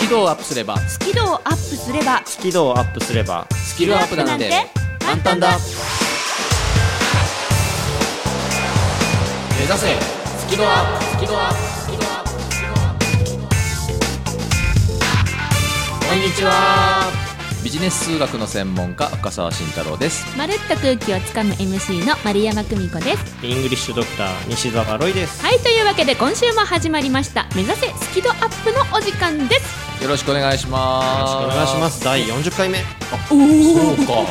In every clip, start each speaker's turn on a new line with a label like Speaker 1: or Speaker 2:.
Speaker 1: キ度をアップすれば
Speaker 2: スキルをアップすれば
Speaker 3: スキルをアップすれば
Speaker 1: スキルアップなんて簡単だ目指せスキルアップスキルアップスキルアップスキルアップこんにちはビジネス数学の専門家深澤慎太郎です
Speaker 2: まるっと空気をつかむ MC の丸山久美子です
Speaker 3: イングリッシュドクター西澤ロイです
Speaker 2: はいというわけで今週も始まりました目指せスキドアップのお時間です
Speaker 1: よろしくお願いし
Speaker 3: よろ
Speaker 1: ます
Speaker 3: しくお願いします第40回目
Speaker 2: お
Speaker 1: そう
Speaker 2: お
Speaker 1: か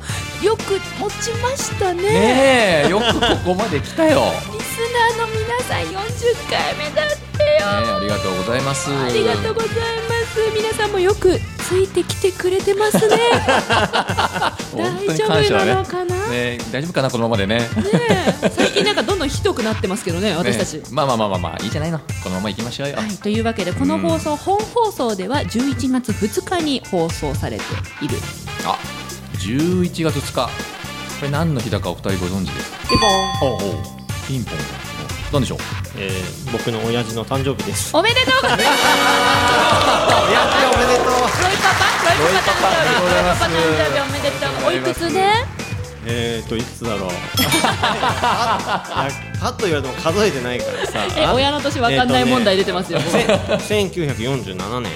Speaker 2: よく持ちましたね
Speaker 1: ねえよくここまで来たよ、ね
Speaker 2: リスナーの皆さん40回目だって
Speaker 1: え、
Speaker 2: よ
Speaker 1: ありがとうございます
Speaker 2: ありがとうございます皆さんもよくついてきてくれてます ね
Speaker 1: 本
Speaker 2: 大
Speaker 1: 当に
Speaker 2: 丈
Speaker 1: 感謝
Speaker 2: 夫
Speaker 1: だ
Speaker 2: な
Speaker 1: ね
Speaker 2: のかなね
Speaker 1: ね、大丈夫かなこのままでね
Speaker 2: え最近なんかどんどんひどくなってますけどね私たち、
Speaker 1: ねまあまあまあまあまあいいじゃないのこのまま行きましょうよ、
Speaker 2: はい、というわけでこの放送、本放送では11月2日に放送されている
Speaker 1: あ11月2日これ何の日だかお二人ご存知ですか
Speaker 3: おうおう
Speaker 1: ピンポン何でしょう
Speaker 3: えー、僕の親父の誕生日です
Speaker 2: おめでとうございます
Speaker 3: やったおめでとう
Speaker 2: ロイパパロイパパ誕生日ロイパパ誕生日おめでとうお
Speaker 1: おめで
Speaker 2: い
Speaker 1: とうござ
Speaker 2: くつ
Speaker 1: います
Speaker 2: で
Speaker 3: えーといくつだ ろういやパッと言われても数えてないからさ
Speaker 2: え親の年わかんない問題出てますよ、
Speaker 3: せ1947年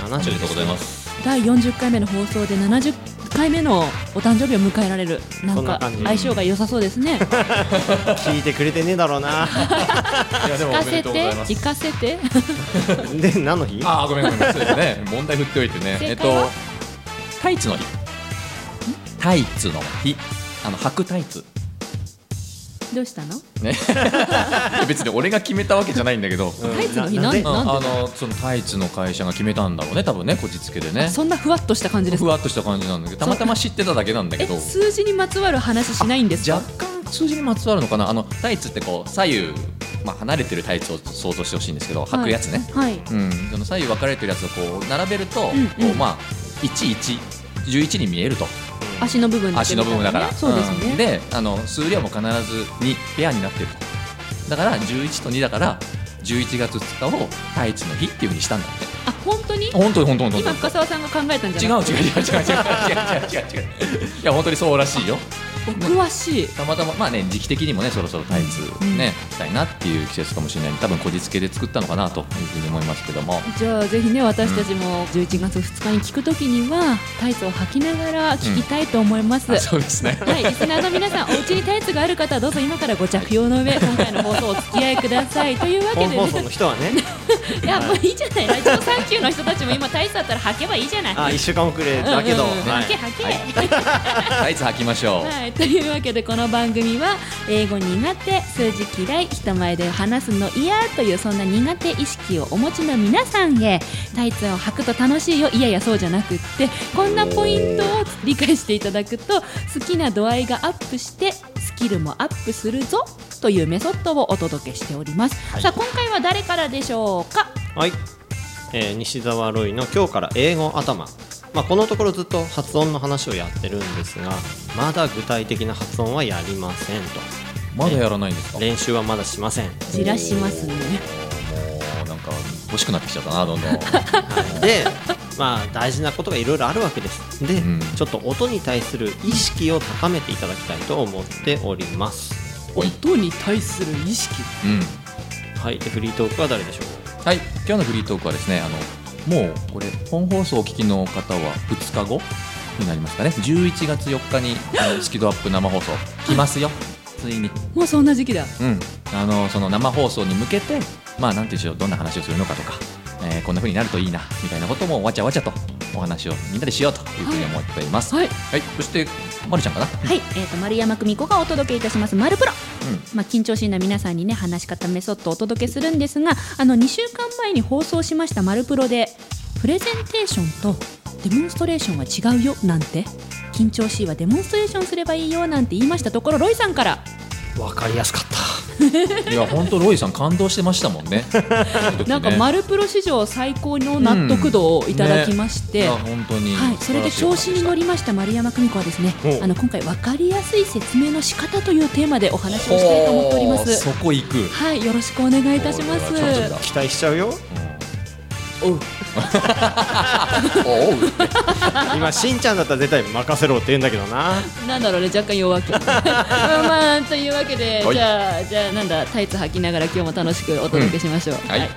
Speaker 3: 70で
Speaker 1: す
Speaker 2: 第40回目の放送で70回目のお誕生日を迎えられるな
Speaker 3: そ
Speaker 2: ん
Speaker 3: ん
Speaker 2: か
Speaker 3: な感じ
Speaker 2: 相性が良さそうですね
Speaker 3: 聞いてくれてねえだろうな
Speaker 1: いやでも
Speaker 2: 行
Speaker 1: おめ
Speaker 2: かせ
Speaker 1: でとうご
Speaker 2: て
Speaker 1: ざいます
Speaker 2: 行かせて
Speaker 3: で何の日
Speaker 1: あーごめんごめんそうですね問題振っておいてねえ
Speaker 2: 正
Speaker 1: っ
Speaker 2: 解は
Speaker 1: とタイツの日タイツの日あの履くタイツ
Speaker 2: どうしたの
Speaker 1: ね別に俺が決めたわけじゃないんだけど
Speaker 3: うん
Speaker 2: タイツの日
Speaker 3: ななんで
Speaker 1: うん
Speaker 2: なんで
Speaker 1: あのそのタイツの会社が決めたんだろうね多分ねこじつけでね
Speaker 2: そんなふわっとした感じです
Speaker 1: ふ
Speaker 2: か
Speaker 1: わっとした感じなんだけどたまたま知ってただけなんだけ
Speaker 2: え
Speaker 1: ど
Speaker 2: 数字にまつわる話しないんですか
Speaker 1: 若干数字にまつわるのかなあのタイツってこう左右、まあ、離れてるタイツを想像してほしいんですけど履くやつね、
Speaker 2: はい
Speaker 1: うん、その左右分かれてるやつをこう並べると、
Speaker 2: うん
Speaker 1: こうまあ1111に見えると
Speaker 2: 足の部分だけ
Speaker 1: 足の部分だから、
Speaker 2: 見たらねそうですね、
Speaker 1: うんであの数量も必ず2ペアになってるとだから11と2だから11月2日をタイツの日っていうふうにしたんだって
Speaker 2: あ本当に
Speaker 1: 本当に本当に本当
Speaker 2: 今
Speaker 1: に
Speaker 2: 深澤さんが考えたん
Speaker 1: 違
Speaker 2: じ
Speaker 1: う
Speaker 2: ゃない
Speaker 1: 違う違う違う違う違う違う違う違ういや本当にそうらしいよ
Speaker 2: 僕は C
Speaker 1: たまたま、まあね、時期的にもねそろそろタイツね、着たいなっていう季節かもしれないんで多分こじつけで作ったのかなというふうに思いますけども
Speaker 2: じゃあぜひね私たちも11月2日に聞くときにはタイツを履きながら聞きたいと思います、
Speaker 1: あ そうですね
Speaker 2: はい、リスナーの皆さん、お家にタイツがある方はどうぞ今からご着用の上、今回の放送お付き合いください。というわけ
Speaker 3: 本
Speaker 2: で
Speaker 3: 放送
Speaker 2: ね、
Speaker 3: の人はね
Speaker 2: いや、もういいじゃない、ラジオサンキューの人たちも今、タイツだったら履けばいいじゃない。
Speaker 3: あ一週間遅れだけど、
Speaker 2: うんうんうん
Speaker 3: はい
Speaker 2: 履け履け、
Speaker 3: はい
Speaker 1: タイツ履きましょう、
Speaker 2: はい、というわけでこの番組は英語苦手数字嫌い人前で話すの嫌というそんな苦手意識をお持ちの皆さんへタイツを履くと楽しいよいやいやそうじゃなくってこんなポイントを理解していただくと好きな度合いがアップしてスキルもアップするぞというメソッドをお届けしております、
Speaker 3: はい
Speaker 2: さあ今回は誰からでしょうか
Speaker 3: はい、えー西澤ロイの「今日から英語頭」まあ、このところずっと発音の話をやってるんですがまだ具体的な発音はやりません
Speaker 1: まだやらないんですか
Speaker 3: と練習はまだしません、
Speaker 2: じらしますね
Speaker 1: もうなんか欲しくなってきちゃったなどん どん
Speaker 3: はい、 でまあ大事なことがいろいろあるわけですで、
Speaker 1: うん
Speaker 3: ちょっと音に対する意識を高めていただきたいと思っております
Speaker 1: おい
Speaker 2: 音に対する意識
Speaker 1: うん
Speaker 3: はいでフリートークは誰でしょう
Speaker 1: はい今日のフリートークはですねあのもうこれ本放送をお聞きの方は2日後になりますかね11月4日にあのスキドアップ生放送来ますよついに
Speaker 2: もうそんな時期だ
Speaker 1: うん、あのその生放送に向けて、まあ、なんていうんでしょうどんな話をするのかとか、えーこんな風になるといいなみたいなこともわちゃわちゃとお話をみんなでしようというふうに思っています。はい
Speaker 2: はい
Speaker 1: そして、ま、るちゃんかな、
Speaker 2: はい、えー、と丸山久美子がお届けいたします「まるプロ」
Speaker 1: う
Speaker 2: まあ、緊張しいな皆さんにね話し方メソッドをお届けするんですがあの2週間前に放送しました「まるプロ」でプレゼンテーションとデモンストレーションは違うよなんて緊張しいはデモンストレーションすればいいよなんて言いましたところロイさんから
Speaker 3: わかりやすかった
Speaker 1: ん、いや本当ロイさん感動してましたもんね。
Speaker 2: なんか「まるプロ」史上最高の納得度をいただきまして。
Speaker 1: いや本当に、
Speaker 2: はい、それで調子に乗りました丸山久美子はですね
Speaker 3: おう
Speaker 2: あの今回分かりやすい説明の仕方というテーマでお話をしたいと思っておりま
Speaker 1: ほう
Speaker 2: す
Speaker 1: そこ行く。
Speaker 2: はいよろしくお願いいたします
Speaker 1: これはちょっとだ
Speaker 3: 期待しちゃうよ
Speaker 1: うん
Speaker 2: おう
Speaker 1: おう
Speaker 3: 今しんちゃんだったら絶対任せろって言うんだけどな
Speaker 2: なんだろうね若干弱 気まあまあというわけで、
Speaker 1: はい
Speaker 2: じゃあじゃあなんだタイツ履きながら今日も楽しくお届けしましょう、
Speaker 1: んはい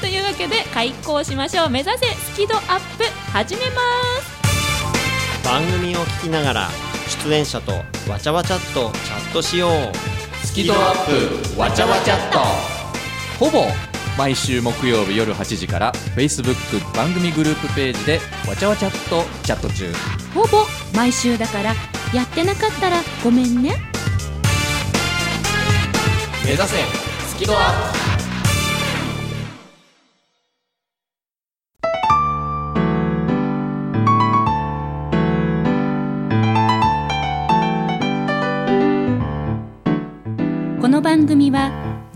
Speaker 2: という わけで開講しましょう目指せスキドアップ始めます
Speaker 3: 番組を聞きながら出演者とわちゃわちゃっとチャットしよう
Speaker 1: スキドアップわちゃわちゃっとほぼ毎週木曜日夜8時から Facebook 番組グループページでわちゃわちゃっとチャット中
Speaker 2: ほぼ毎週だからやってなかったらごめんね
Speaker 1: 目指せスキドアップ
Speaker 2: この番組は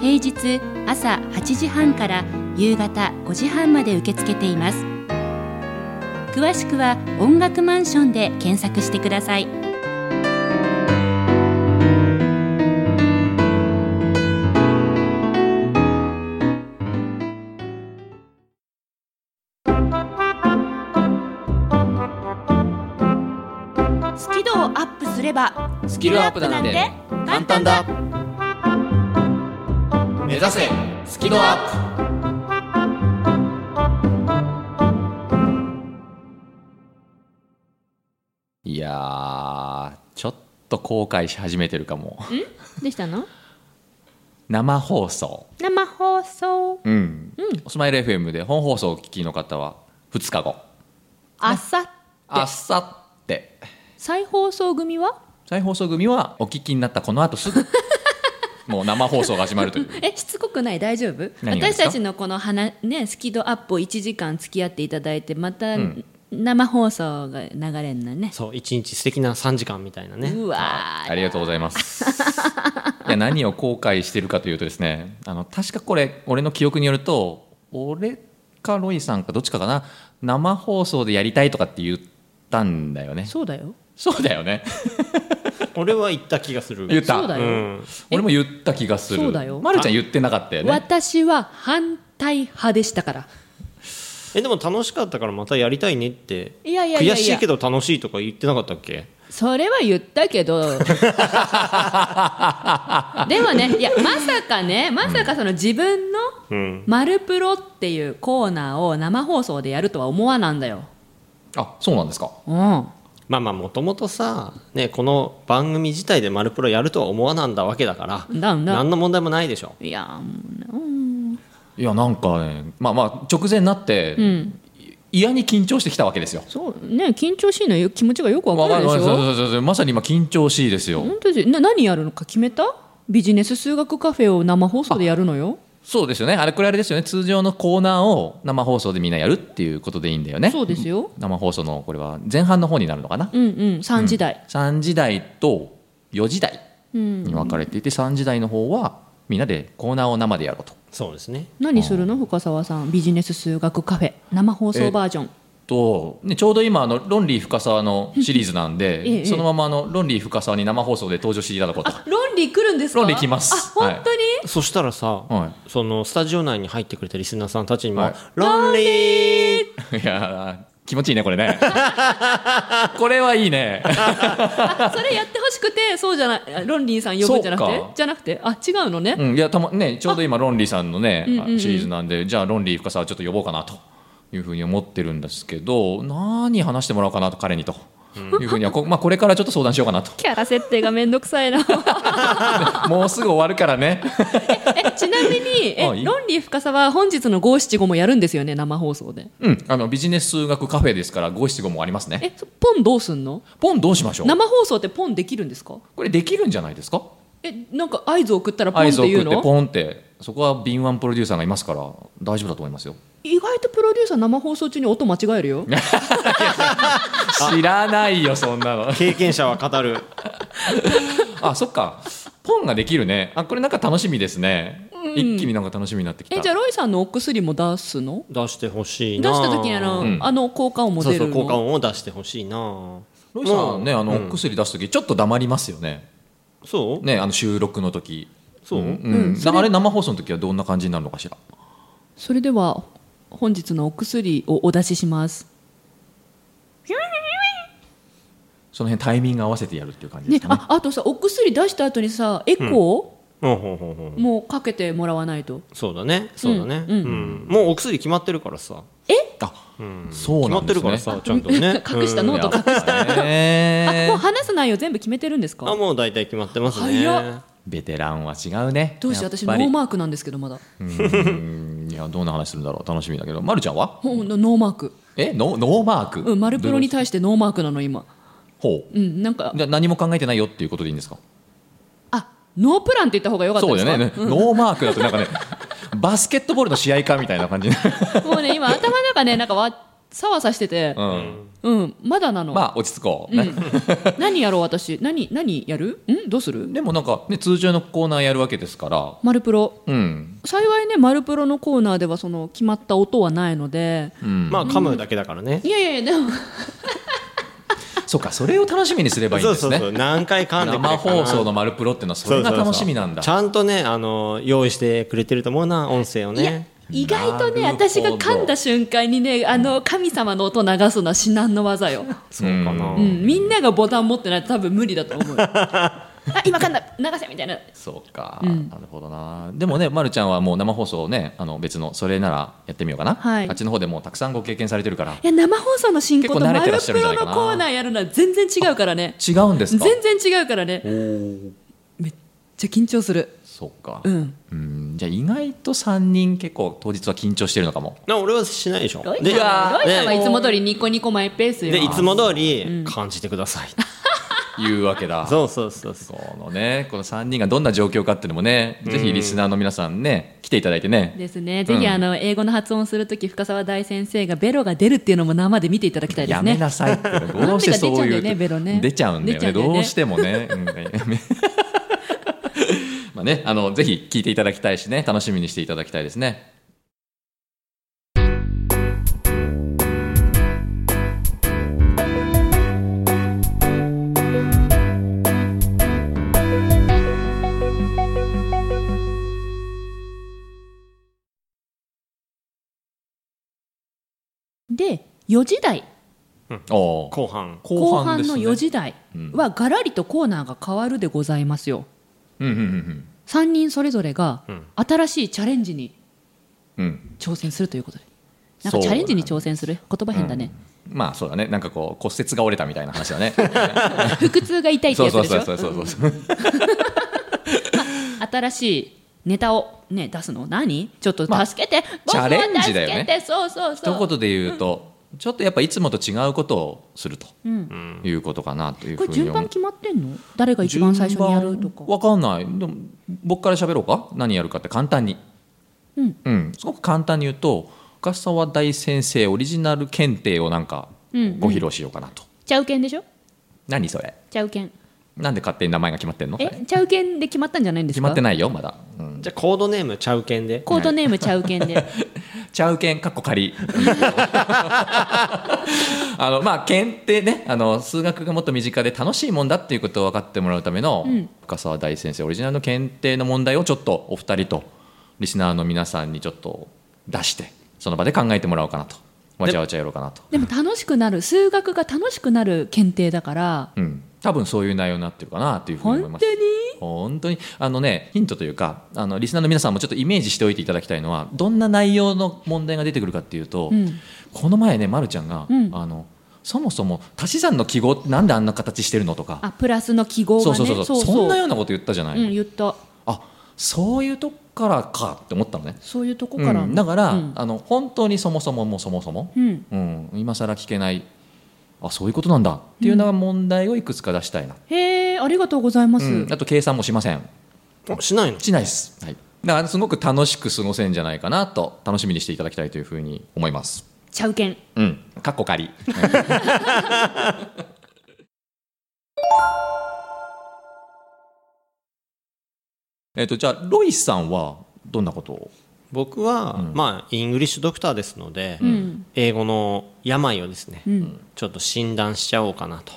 Speaker 2: 平日朝8時半から夕方5時半まで受け付けています詳しくは音楽マンションで検索してくださいスキルをアップすれば
Speaker 1: ス
Speaker 2: キルアップなんて簡単だ
Speaker 1: 目指せスキドアップいやーちょっと後悔し始めてるかも
Speaker 2: でしたの
Speaker 1: 生放送
Speaker 2: 生放送
Speaker 1: うん、スマイル FM で本放送をお聞きの方は2日後
Speaker 2: あさ
Speaker 1: あさって
Speaker 2: 再放送組は
Speaker 1: 再放送組はお聞きになったこの後す ぐもう生放送が始まるという
Speaker 2: えしつこくない大丈夫
Speaker 1: 何がで
Speaker 2: 私
Speaker 1: すか
Speaker 2: たちのこの花ねスキドアップを1時間付き合っていただいてまた、
Speaker 1: ん
Speaker 2: 生放送が流れんのね
Speaker 3: そう一日素敵な3時間みたいなね
Speaker 2: うわ
Speaker 1: ありがとうございます。いや何を後悔してるかというとですね、あの確かこれ俺の記憶によると、俺かロイさんかどっちかかな、生放送でやりたいとかって言ったんだよね
Speaker 2: ー。そうだよ
Speaker 1: そうだよね。
Speaker 3: 俺は言った気がする
Speaker 1: 言った。
Speaker 2: そうだよ、
Speaker 3: うん、
Speaker 1: 俺も言った気がする。
Speaker 2: そうだよ
Speaker 1: まるちゃん言ってなかったよね。
Speaker 2: 私は反対派でしたから
Speaker 3: えでも楽しかったからまたやりたいねって
Speaker 2: いやいやいやいや
Speaker 3: 悔しいけど楽しいとか言ってなかったっけ
Speaker 2: それは言ったけどでもねいやまさかねまさかその自分の
Speaker 3: うん
Speaker 2: 「マルプロ」っていうコーナーを生放送でやるとは思わなんだよ
Speaker 1: あ、そうなんですか。
Speaker 2: うん
Speaker 3: まあまあもともとさ、ね、この番組自体で「マルプロ」やるとは思わなんだわけだから
Speaker 2: だんだん
Speaker 3: 何の問題もないでしょ
Speaker 2: いやも
Speaker 1: いやなんかね、まあまあ直前になって、
Speaker 2: ううん
Speaker 1: 嫌に緊張してきたわけですよ。
Speaker 2: そうね緊張しいのよ気持ちがよくわかるでし
Speaker 1: わか
Speaker 2: ょ
Speaker 1: るそうそうそうそうまさに今緊張しいですよ。
Speaker 2: 本当ですよな何やるのか決めたビジネス数学カフェを生放送でやるのよ
Speaker 1: そうですよね。あれこれあれですよね。通常のコーナーを生放送でみんなやるっていうことでいいんだよね。
Speaker 2: そうですよ
Speaker 1: 生放送のこれは前半の方になるのかな。
Speaker 2: うんうん3時台、
Speaker 1: 3時台と4時台
Speaker 2: うん
Speaker 1: に分かれていて、3時台の方はみんなでコーナーを生でやろうと。
Speaker 3: そうですね
Speaker 2: 何するの深澤さんビジネス数学カフェ生放送バージョン
Speaker 1: とね、ちょうど今あの「ロンリー深沢」のシリーズなんで
Speaker 2: ええ
Speaker 1: そのままあの「ロンリー深沢」に生放送で登場していただこうと。
Speaker 2: あロンリー来るんですか
Speaker 1: ロンリー来ます
Speaker 2: あ本当に、
Speaker 3: そしたらさ、
Speaker 1: は
Speaker 3: そのスタジオ内に入ってくれたリスナーさんたちにも「
Speaker 1: はい
Speaker 3: ロンリー!
Speaker 1: い、いやー気持ちいいねこれね。 これはいいね。
Speaker 2: あそれやってほしくてそうじゃないあロンリーさん呼ぶんじゃなく
Speaker 1: そう
Speaker 2: て
Speaker 1: か
Speaker 2: じゃなくてあ違うのね、
Speaker 1: うん、いやたまねちょうど今ロンリーさんのね
Speaker 2: うんうんうん
Speaker 1: シリーズなんでじゃあロンリー深沢ちょっと呼ぼうかなというふうに思ってるんですけど何話してもらおうかなと彼にと。いうふうにはこ,、 まあ、これからちょっと相談しようかなと
Speaker 2: キャラ設定がめんどくさいな
Speaker 1: もうすぐ終わるからね
Speaker 2: えちなみ にえ
Speaker 1: あいい
Speaker 2: ロンリー深澤本日の五七五もやるんですよね生放送で
Speaker 1: うんあのビジネス数学カフェですから五七五もありますね
Speaker 2: えそポンどうすんの
Speaker 1: ポンどうしましょう
Speaker 2: 生放送ってポンできるんですか
Speaker 1: これできるんじゃないですか
Speaker 2: えなんか合図送ったらポンっ
Speaker 1: 合
Speaker 2: て
Speaker 1: 図を
Speaker 2: 言
Speaker 1: 送
Speaker 2: う
Speaker 1: って
Speaker 2: の
Speaker 1: ポンってそこは敏腕プロデューサーがいますから大丈夫だと思いますよ
Speaker 4: 意外とプロデューサー生放送中に音間違えるよ
Speaker 1: 知らないよそんなの
Speaker 3: 経験者は語る
Speaker 1: あそっかポンができるねあこれなんか楽しみですね、一気になんか楽しみになってきた
Speaker 4: えじゃあロイさんのお薬も出すの
Speaker 3: 出してほしい
Speaker 4: 出
Speaker 3: な
Speaker 4: した時にあの、
Speaker 1: うん
Speaker 4: あの効果音も
Speaker 3: そう
Speaker 4: 出
Speaker 3: そ
Speaker 4: る
Speaker 3: う
Speaker 4: の
Speaker 3: 効果音を出してほしいな
Speaker 1: ロイさんね
Speaker 3: もう
Speaker 1: あの、
Speaker 3: うん
Speaker 1: お薬出す時ちょっと黙りますよね
Speaker 3: そう
Speaker 1: ねあの収録の時
Speaker 3: そう、
Speaker 1: うん、だからあれ生放送の時はどんな感じになるのかしら
Speaker 4: それでは本日のお薬をお出しします
Speaker 1: その辺タイミング合わせてやるっていう感じで
Speaker 4: ね
Speaker 1: すかね
Speaker 4: ああとさお薬出した後にさエコー、
Speaker 3: ほうほうほうほう
Speaker 4: もうかけてもらわないと
Speaker 3: そうだねそうだね、
Speaker 4: うんうん
Speaker 3: うんもうお薬決まってるからさ、
Speaker 1: あ
Speaker 3: うん
Speaker 1: そうなんですね
Speaker 3: 決まってるからさちゃんとね
Speaker 4: 隠したノート
Speaker 3: うん
Speaker 4: 隠した、あ
Speaker 1: ね
Speaker 4: もう話す内容全部決めてるんです
Speaker 3: あ
Speaker 4: か
Speaker 3: もう大体決まってますね
Speaker 4: 早
Speaker 1: ベテランは違うね
Speaker 4: どうして私
Speaker 1: や
Speaker 4: ノ
Speaker 1: っぱり
Speaker 4: ーマークなんですけどまだ
Speaker 1: うんいやどんな話するんだろう楽しみだけどまるちゃんは
Speaker 4: ほんのノーマーク
Speaker 1: えノノーマーク、
Speaker 4: うんマルプロ
Speaker 1: どうい
Speaker 4: に
Speaker 1: う
Speaker 4: 対してノーマークなの今
Speaker 1: こ
Speaker 4: う
Speaker 1: とほ
Speaker 4: んなんか
Speaker 1: うじゃあ何も考えてないよっていうことでいいんですか
Speaker 4: あノープランって言った方が良かった
Speaker 1: そう
Speaker 4: で
Speaker 1: だ
Speaker 4: す
Speaker 1: よ
Speaker 4: か
Speaker 1: ね、ノーマークだとなんか ねバスケットボールの試合かみたいな感じ、
Speaker 4: もうね今頭の中ねなんかわさわさしてて
Speaker 1: う
Speaker 3: うん
Speaker 1: ん、
Speaker 4: うんまだなの、
Speaker 1: まあ落ち着こう、
Speaker 4: う
Speaker 1: ね
Speaker 4: ん、何やろう私何何やるんどうする
Speaker 1: でもなんか、ね、通常のコーナーやるわけですから
Speaker 4: マルプロ
Speaker 1: うん
Speaker 4: 幸いねマルプロのコーナーではその決まった音はないので
Speaker 1: うん
Speaker 3: まあ噛むだけだからね、
Speaker 4: いやいやいやでも
Speaker 1: そうかそれを楽しみにすればいいん
Speaker 3: そう
Speaker 1: です
Speaker 3: そう
Speaker 1: ね
Speaker 3: そう何回噛んでくれる
Speaker 1: 生
Speaker 3: かな
Speaker 1: 放送の「マルプロ」っていうのはそれが楽しみなんだ
Speaker 3: そうそうそうちゃんとねあの用意してくれてると思うな音声をね
Speaker 4: 意外とね
Speaker 1: なるほど
Speaker 4: 私が噛んだ瞬間にねあの神様の音流すのは至難の技よ、
Speaker 3: そうかな、
Speaker 1: う
Speaker 4: うん、みんながボタン持ってないと多分無理だと思うよあ今噛んだ流せみたいな
Speaker 1: そうか、
Speaker 4: うん
Speaker 1: なるほどなでもね、ま、るちゃんはもう生放送ねあの別のそれならやってみようかな、
Speaker 4: はい
Speaker 1: あっちの方でもうたくさんご経験されてるから
Speaker 4: いや生放送の進行と
Speaker 1: 結構慣
Speaker 4: マ
Speaker 1: れてら
Speaker 4: ル
Speaker 1: っしゃ
Speaker 4: プ
Speaker 1: るんじゃな
Speaker 4: ロ
Speaker 1: いか
Speaker 4: の
Speaker 1: な
Speaker 4: コーナーやるのは全然違うからね
Speaker 1: 違うんです
Speaker 4: 全
Speaker 1: か
Speaker 4: 然違うからね
Speaker 1: おー
Speaker 4: めっちゃ緊張する
Speaker 1: そうか
Speaker 4: うん
Speaker 1: うんじゃあ意外と3人結構当日は緊張してるのかも
Speaker 3: な俺はしないでしょ
Speaker 4: ロイさん
Speaker 3: で
Speaker 4: ロイさんはい
Speaker 3: ね
Speaker 4: つも通りニコニコマイペースよ
Speaker 3: でいつも通り感じてください、
Speaker 1: いうわけだ
Speaker 3: そうそうそうそう
Speaker 1: このねこの3人がどんな状況かっていうのもね、ぜひリスナーの皆さんね来ていただいてね
Speaker 4: ですね、ぜひ
Speaker 1: うん
Speaker 4: あの英語の発音するとき、深澤大先生がベロが出るっていうのも生で見ていただきたいで
Speaker 1: や
Speaker 4: すね。
Speaker 1: めなさいってどうしてそういう
Speaker 4: なんでか出ちゃうんだよねベロね
Speaker 1: 出ちゃうんだよね
Speaker 4: 出ちゃうんだよね
Speaker 1: どうしてもね、うん まあねあのぜひ聞いていただきたいしね楽しみにしていただきたいですね
Speaker 4: で、4時台、
Speaker 1: おー
Speaker 3: 後半
Speaker 4: 後半の4
Speaker 1: ね
Speaker 4: 時台は、がらりとコーナーが変わるでございますよ。
Speaker 1: うんうんうん
Speaker 4: 3人それぞれが
Speaker 3: うん
Speaker 4: 新しいチャレンジに
Speaker 1: うんうん
Speaker 4: 挑戦するということで、なん
Speaker 1: そ
Speaker 4: か
Speaker 1: う
Speaker 4: チャレンジに挑戦する、言葉変だね、
Speaker 1: まあそうだねなんかこう骨折が折れたみたいな話だね
Speaker 4: 腹痛が 痛いって
Speaker 1: そう
Speaker 4: やつ
Speaker 1: そう
Speaker 4: でし
Speaker 1: そ
Speaker 4: ょ
Speaker 1: うそうそううんそう
Speaker 4: 新しいネタを、ね、出すの、何ちょっと
Speaker 1: まあ
Speaker 4: 助けて、
Speaker 1: チャレンジだよね
Speaker 4: 僕を助けてそうそうそう
Speaker 1: 一言で言うと、ちょっとやっぱいつもと違うことをするということかなという
Speaker 4: こ
Speaker 1: ふうに
Speaker 4: れ、順
Speaker 1: 思う
Speaker 4: 番決まってんの誰が一番最初にやるとか。
Speaker 1: わかんないでも僕から喋ろうか何やるかって簡単に
Speaker 4: うん、
Speaker 1: すごく簡単に言うと深沢大先生オリジナル検定をなんか
Speaker 4: うんうん
Speaker 1: ご披露しようかなと、
Speaker 4: ちゃうけんでしょ
Speaker 1: 何それ
Speaker 4: ちゃうけん
Speaker 1: なんで勝手に名前が決まってんのそれ
Speaker 4: えちゃうけんで決まったんじゃないんです
Speaker 1: 決
Speaker 4: か
Speaker 1: まってないよまだ、うん、
Speaker 3: じゃあコードネームちゃうけんで
Speaker 4: コードネームちゃうけんで
Speaker 1: ちゃうけんかっこ仮あのまあ検定ねあの数学がもっと身近で楽しいもんだっていうことを分かってもらうための、深沢大先生オリジナルの検定の問題をちょっとお二人とリスナーの皆さんにちょっと出してその場で考えてもらおうかなとわちゃわちゃやろうかなと、
Speaker 4: でも楽しくなる数学が楽しくなる検定だから
Speaker 1: うん、多分そういう内容になってるかなというふうに 思い
Speaker 4: 本
Speaker 1: ま
Speaker 4: 当
Speaker 1: す
Speaker 4: に
Speaker 1: 本当にあのねヒントというかあのリスナーの皆さんもちょっとイメージしておいていただきたいのはどんな内容の問題が出てくるかっていうと、
Speaker 4: うん
Speaker 1: この前ね、ま、るちゃんが、
Speaker 4: うん
Speaker 1: あのそもそも足し算の記号ってなんであんな形してるのとか、
Speaker 4: あプラスの記号が
Speaker 1: そう
Speaker 4: ね
Speaker 1: そうそうそうそんなようなこと言ったじゃない、
Speaker 4: うん言った
Speaker 1: あそういうとこからかって思ったのね
Speaker 4: そういうとこから、
Speaker 1: うんだから、
Speaker 4: うん
Speaker 1: あの本当にそもそももうそもそも、
Speaker 4: うん
Speaker 1: うん、今更聞けないあそういうことなんだっていうのが問題をいくつか出したいな、
Speaker 4: へえありがとうございます、
Speaker 1: うんあと計算もしません
Speaker 3: おしないの
Speaker 1: しないです、はい、だからすごく楽しく過ごせんじゃないかなと楽しみにしていただきたいというふうに思います。
Speaker 2: ちゃうけん
Speaker 1: うん、かっこ仮。 えっとじゃあロイさんはどんなことを
Speaker 3: 僕は、まあイングリッシュドクターですので、
Speaker 2: うん
Speaker 3: 英語の病をですね、
Speaker 2: うん
Speaker 3: ちょっと診断しちゃおうかなと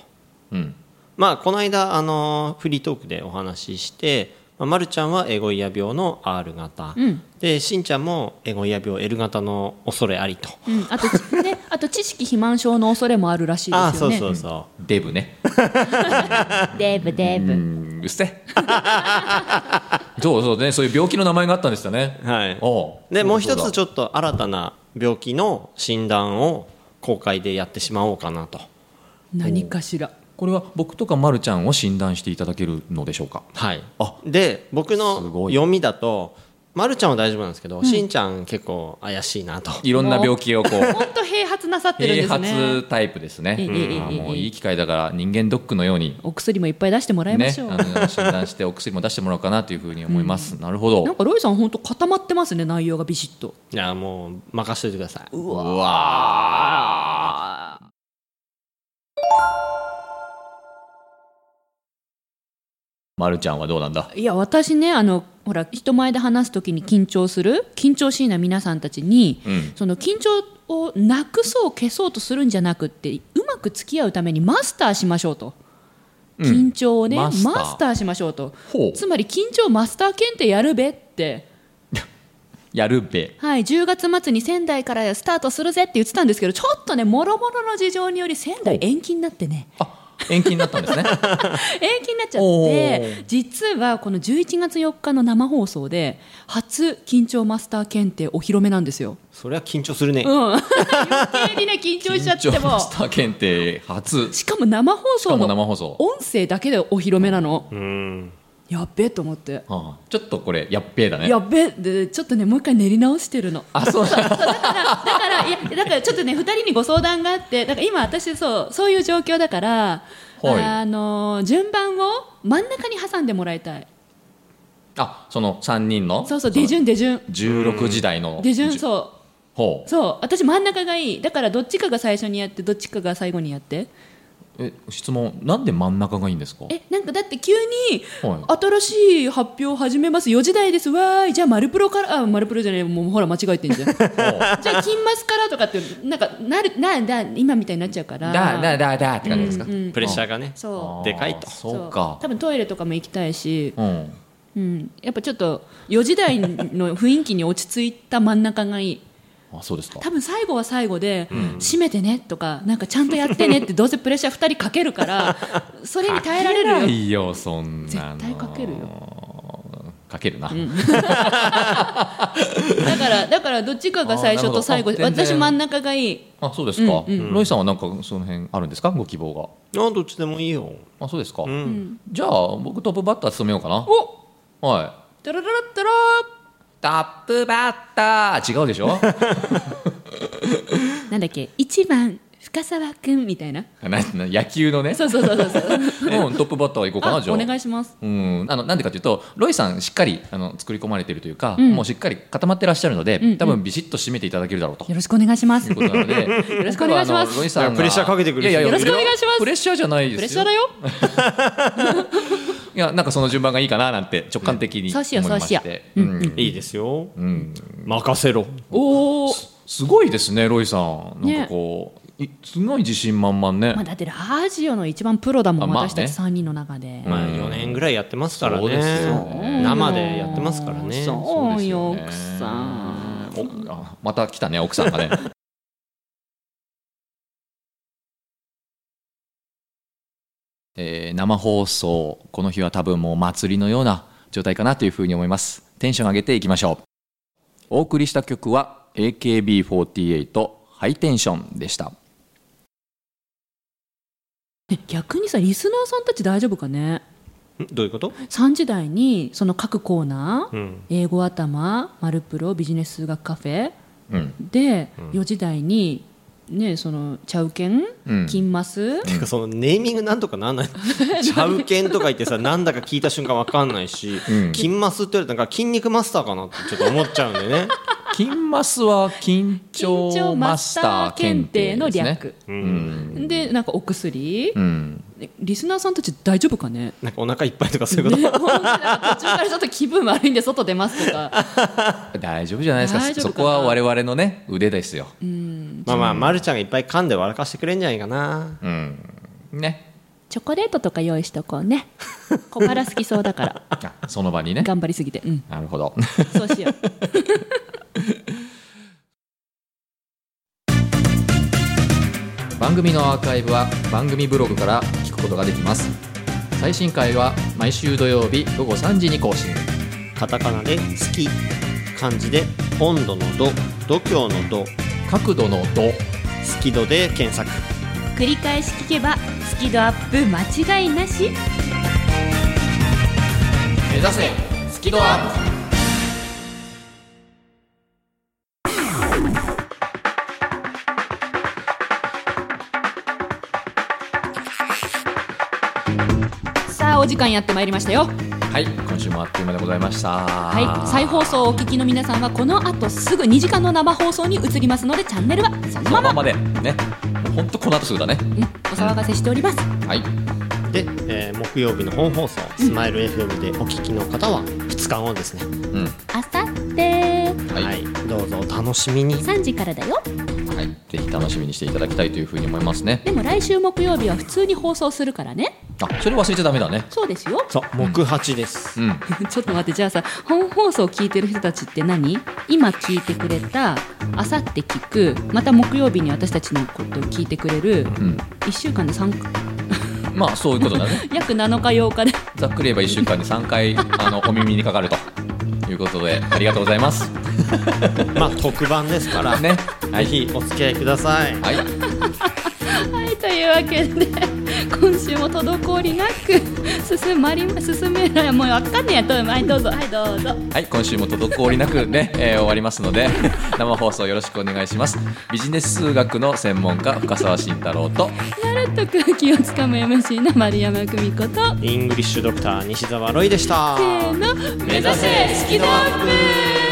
Speaker 1: うん
Speaker 3: まあこの間あのフリートークでお話しして、まあ、まるちゃんはエゴイヤ病の R 型、
Speaker 2: うん
Speaker 3: でしんちゃんもエゴイヤ病 L 型の恐れありと、
Speaker 2: うん、あとち ねあと知識肥満症の恐れもあるらしいですよ
Speaker 3: あ
Speaker 2: ね
Speaker 3: あそうそうそ
Speaker 1: デブね。
Speaker 2: デブデブ、
Speaker 1: うん、うっ せ。そうそうね、そういう病気の名前があったんでしたね。
Speaker 3: う、はい
Speaker 1: おう
Speaker 3: でもう一つ
Speaker 1: そ
Speaker 3: ちょっと新たな病気の診断を公開でやってしまおうかなと
Speaker 4: 何かしら
Speaker 1: これは僕とかまるちゃんを診断していただけるのでしょう か。
Speaker 3: はい
Speaker 1: あ
Speaker 3: で僕の
Speaker 1: すごい
Speaker 3: 読みだとまるちゃんは大丈夫なんですけど、しんちゃん結構怪しいなと
Speaker 1: いろんな病気を こう。
Speaker 2: 本当併発なさってる
Speaker 1: 併
Speaker 2: んですね
Speaker 1: 発タイプですね。
Speaker 2: ええええ
Speaker 1: あ
Speaker 2: ええ
Speaker 1: もういい機会だから人間ドックのように
Speaker 2: お薬もいっぱい出してもらいま
Speaker 1: ね
Speaker 2: しょう、
Speaker 1: あの診断してお薬も出してもらおうかなというふうに思います。なるほ
Speaker 4: なん
Speaker 1: ど。
Speaker 4: かロイさん本当固まってますね内容がビシッと
Speaker 3: いやもう任せてくださいう
Speaker 1: わー。まるちゃんはどうなんだ。
Speaker 4: いや私ねあのほら人前で話すときに緊張する緊張しいな皆さんたちに、
Speaker 1: うん
Speaker 4: その緊張をなくそう消そうとするんじゃなくってうまく付き合うためにマスターしましょうと、
Speaker 1: うん
Speaker 4: 緊張をね
Speaker 1: マ
Speaker 4: マ
Speaker 1: ス
Speaker 4: ス
Speaker 1: ター
Speaker 4: ターしましょうと
Speaker 1: ほう
Speaker 4: つまり緊張マスター検定やるべって
Speaker 1: やるべ。
Speaker 4: はい、10月末に仙台からスタートするぜって言ってたんですけどちょっとねもろもろの事情により仙台延期になってね
Speaker 1: あ、延期になったんですね。
Speaker 4: 延期になっちゃっ
Speaker 1: お
Speaker 4: て
Speaker 1: ー
Speaker 4: 実はこの11月4日の生放送で初緊張マスター検定お披露目なんですよ。
Speaker 3: それは緊張するね、
Speaker 4: うん、余計にね緊張しちゃって
Speaker 1: 緊張
Speaker 4: も
Speaker 1: マスター検定 初。し
Speaker 4: しかも生放
Speaker 1: か
Speaker 4: 送
Speaker 1: も
Speaker 4: の
Speaker 1: 生放送。
Speaker 4: 音声だけでお披露目なの、
Speaker 3: うん
Speaker 4: やっべえと思って、
Speaker 1: はあちょっとこれやっべえだね。
Speaker 4: やっべえでちょっとねもう一回練り直してるの。
Speaker 1: あ、そうだ。
Speaker 4: だからいやだからちょっとね2人にご相談があってだから今私そうそういう状況だから、
Speaker 1: はい
Speaker 4: あの順番を真ん中に挟んでもらいたい
Speaker 1: あ、その三人の。
Speaker 4: そうそう出順出順
Speaker 1: 十六時代の。
Speaker 4: 出順そ
Speaker 1: ほう。
Speaker 4: うそう私真ん中がいいだからどっちかが最初にやってどっちかが最後にやって
Speaker 1: え、質問、なんで真ん中がいいんですか。
Speaker 4: えなんかだって急に
Speaker 1: は
Speaker 4: 新しい発表を始めます4時台ですわーいじゃあ丸プロからあ丸プロじゃないもうほら間違えてんじゃん じゃ
Speaker 1: い。ほう
Speaker 4: あ金マスからとかってなんかなるなだ今みたいになっちゃうから
Speaker 1: だだだだって感じですか。
Speaker 3: プレッシャーがね
Speaker 4: そう
Speaker 1: あー
Speaker 3: でかいと
Speaker 1: そうか
Speaker 4: 多。分トイレとかも行きたいし、
Speaker 1: うん。
Speaker 4: うん、やっぱちょっと4時台の雰囲気に落ち着いた真ん中がいい
Speaker 1: あ、そうですか。
Speaker 4: 多分最後は最後で「閉めてね」とか「なんかちゃんとやってね」ってどうせプレッシャー2人かけるからそれに耐えられる
Speaker 1: かけな
Speaker 4: よ
Speaker 1: いよ、そんなの。
Speaker 4: 絶対かける
Speaker 1: かけるな。
Speaker 4: だからだからどっちかが最初と最後
Speaker 1: あーなるほどあ
Speaker 4: 私
Speaker 1: 全然
Speaker 4: 真ん中がいい
Speaker 1: あ、そうですか。ロイさんはなんかその辺あるんですか、ご希望が。
Speaker 3: あどっちでもいいよ
Speaker 1: あ、そうですか
Speaker 3: う。ん
Speaker 1: じゃあ僕トップバッター務めようかな。
Speaker 4: お
Speaker 1: は
Speaker 4: ダラダラダラ
Speaker 1: い。トップバッター違うでしょ。
Speaker 4: ーなんだっけ1番深沢君みたいな
Speaker 1: なな野球のね。
Speaker 4: そうそうそうそうそう
Speaker 1: うん、トップバッター行こうか
Speaker 4: あ
Speaker 1: なじゃあ。
Speaker 4: お願いします
Speaker 1: うん、あのなんでかというとロイさんしっかりあの作り込まれているというか、もうしっかり固まってらっしゃるので、多分ビシッと締めていただけるだろうと。
Speaker 4: よろしくお願いします
Speaker 1: ということなの で、よ
Speaker 4: ろしくお願いします
Speaker 1: ロイさんが
Speaker 3: プレッシャーかけてくる
Speaker 1: いやいや
Speaker 4: よろしくお願いします
Speaker 1: プレッシャーじゃないですよ。
Speaker 4: プレッシャーだよ
Speaker 1: いや、なんかその順番がいいかななんて直感的に
Speaker 4: そ
Speaker 1: 思
Speaker 4: うしよ
Speaker 1: いうまし。
Speaker 4: そうして
Speaker 1: うん
Speaker 3: いいですよ
Speaker 1: うん
Speaker 3: 任せろ
Speaker 4: おお
Speaker 1: すごいですね、ロイさん。なんか
Speaker 4: ね
Speaker 1: こう、いすごい自信満々ね
Speaker 4: まあ、。だってラジオの一番プロだも
Speaker 1: あ
Speaker 4: ん、
Speaker 1: まあね
Speaker 4: 私たち3人の中で。
Speaker 1: ん
Speaker 3: まあ4年ぐらいやってますから
Speaker 1: そうですよ
Speaker 3: ね生でやってますからね
Speaker 4: そう
Speaker 1: そう
Speaker 4: よ、
Speaker 1: で
Speaker 4: 奥
Speaker 1: すよね
Speaker 4: さん。
Speaker 1: おあまた来たね、奥さんが ね。えー生放送、この日は多分もう祭りのような状態かなというふうに思います。テンション上げていきましょう。お送りした曲は AKB48 ハイテンションでした。
Speaker 4: え逆にさ、リスナーさんたち大丈夫かね
Speaker 3: んどういうこと
Speaker 4: ?3 時台に、その各コーナー、
Speaker 3: うん
Speaker 4: 英語頭、マルプロ、ビジネス数学カフェ
Speaker 1: うん。
Speaker 4: で、4時台に、ねそのチャウケン、
Speaker 1: うん
Speaker 4: 金マス
Speaker 3: てかそのネーミングなんとかなん ないのちゃうけんとか言ってさなんだか聞いた瞬間わかんないし、
Speaker 1: うん
Speaker 3: 筋マスって言われたらなんか筋肉マスターかなってちょっと思っちゃうんでね、
Speaker 1: 金マスは緊張マスター検定
Speaker 4: の
Speaker 1: ですね
Speaker 4: 略
Speaker 3: う、
Speaker 1: うんん
Speaker 4: でなんかお薬、
Speaker 1: うん
Speaker 4: ねリスナーさんたち大丈夫 かね
Speaker 3: なんかお腹いっぱいとかそういうこと、
Speaker 4: ね本当になんか途中からちょっと気分悪いんで外出ます とか
Speaker 1: 大丈夫じゃないですか
Speaker 4: 大丈
Speaker 1: そ
Speaker 4: 夫かな
Speaker 1: こは我々のね腕ですよ、
Speaker 3: まあまあ、ま、るちゃんがいっぱい噛んで笑かしてくれんじゃないかな
Speaker 1: うん、ね
Speaker 4: チョコレートとか用意しとこうね小腹好きそう だから
Speaker 1: あその場にね
Speaker 4: 頑張りすぎてうん
Speaker 1: なるほど
Speaker 4: そうしよう
Speaker 1: 番組のアーカイブは番組ブログから聞くことができます最新回は毎週土曜日午後3時に更新
Speaker 3: カタカナで「好き」漢字で「温度の度」「度胸の度」
Speaker 1: 角度の度
Speaker 3: 「好き度」で検索
Speaker 2: 繰り返し聞けばスキドアップ間違いなし
Speaker 1: 目指せスキドアッ
Speaker 4: さあお時間やってまいりましたよ
Speaker 1: プはい今週もあっという間でございました
Speaker 4: はい、再放送をお聞きの皆さんはこの後すぐ2時間の生放送に移りますのでチャンネルはその
Speaker 1: その
Speaker 4: まま
Speaker 1: ままでねもうほんとこの後すぐだね
Speaker 4: うんお騒がせしております
Speaker 1: はい
Speaker 3: で、えー木曜日の本放送「スマイル f m でお聞きの方は2日後ですね、
Speaker 1: うん
Speaker 2: あさって
Speaker 1: はい、
Speaker 3: はい、どうぞお楽しみに
Speaker 2: 3時からだよ
Speaker 1: はい、ぜひ楽しみにしていただきたいというふうに思いますね
Speaker 4: でも来週木曜日は普通に放送するからね
Speaker 1: あそれ忘れちゃダメだね
Speaker 4: そうですよ
Speaker 3: そう木八です、
Speaker 1: うん
Speaker 4: ちょっと待ってじゃあさ本放送聞いてる人たちって何今聞いてくれたあさって聞くまた木曜日に私たちのことを聞いてくれる
Speaker 1: うん
Speaker 4: 1週間で3回
Speaker 1: まあそういうことだ ね
Speaker 4: 約7日8日で
Speaker 1: ざっくり言えば1週間に3回あのお耳にかかるということでありがとうございます
Speaker 3: まあ特番ですから、
Speaker 1: ね は
Speaker 3: ぜ
Speaker 1: い、
Speaker 3: ひお付き合いください
Speaker 1: はい、
Speaker 4: はい、というわけで今週も滞りなく進まり進めないもうわかんねえやとはいどうぞはいどうぞ
Speaker 1: はい、今週も滞りなくね、 えー終わりますので生放送よろしくお願いしますビジネス数学の専門家深澤慎太郎と
Speaker 4: なるっと空気をつかむ MC の丸山久美子と
Speaker 3: イングリッシュドクター西澤ロイでした
Speaker 4: せーの目
Speaker 1: 指せ
Speaker 4: スキドアップ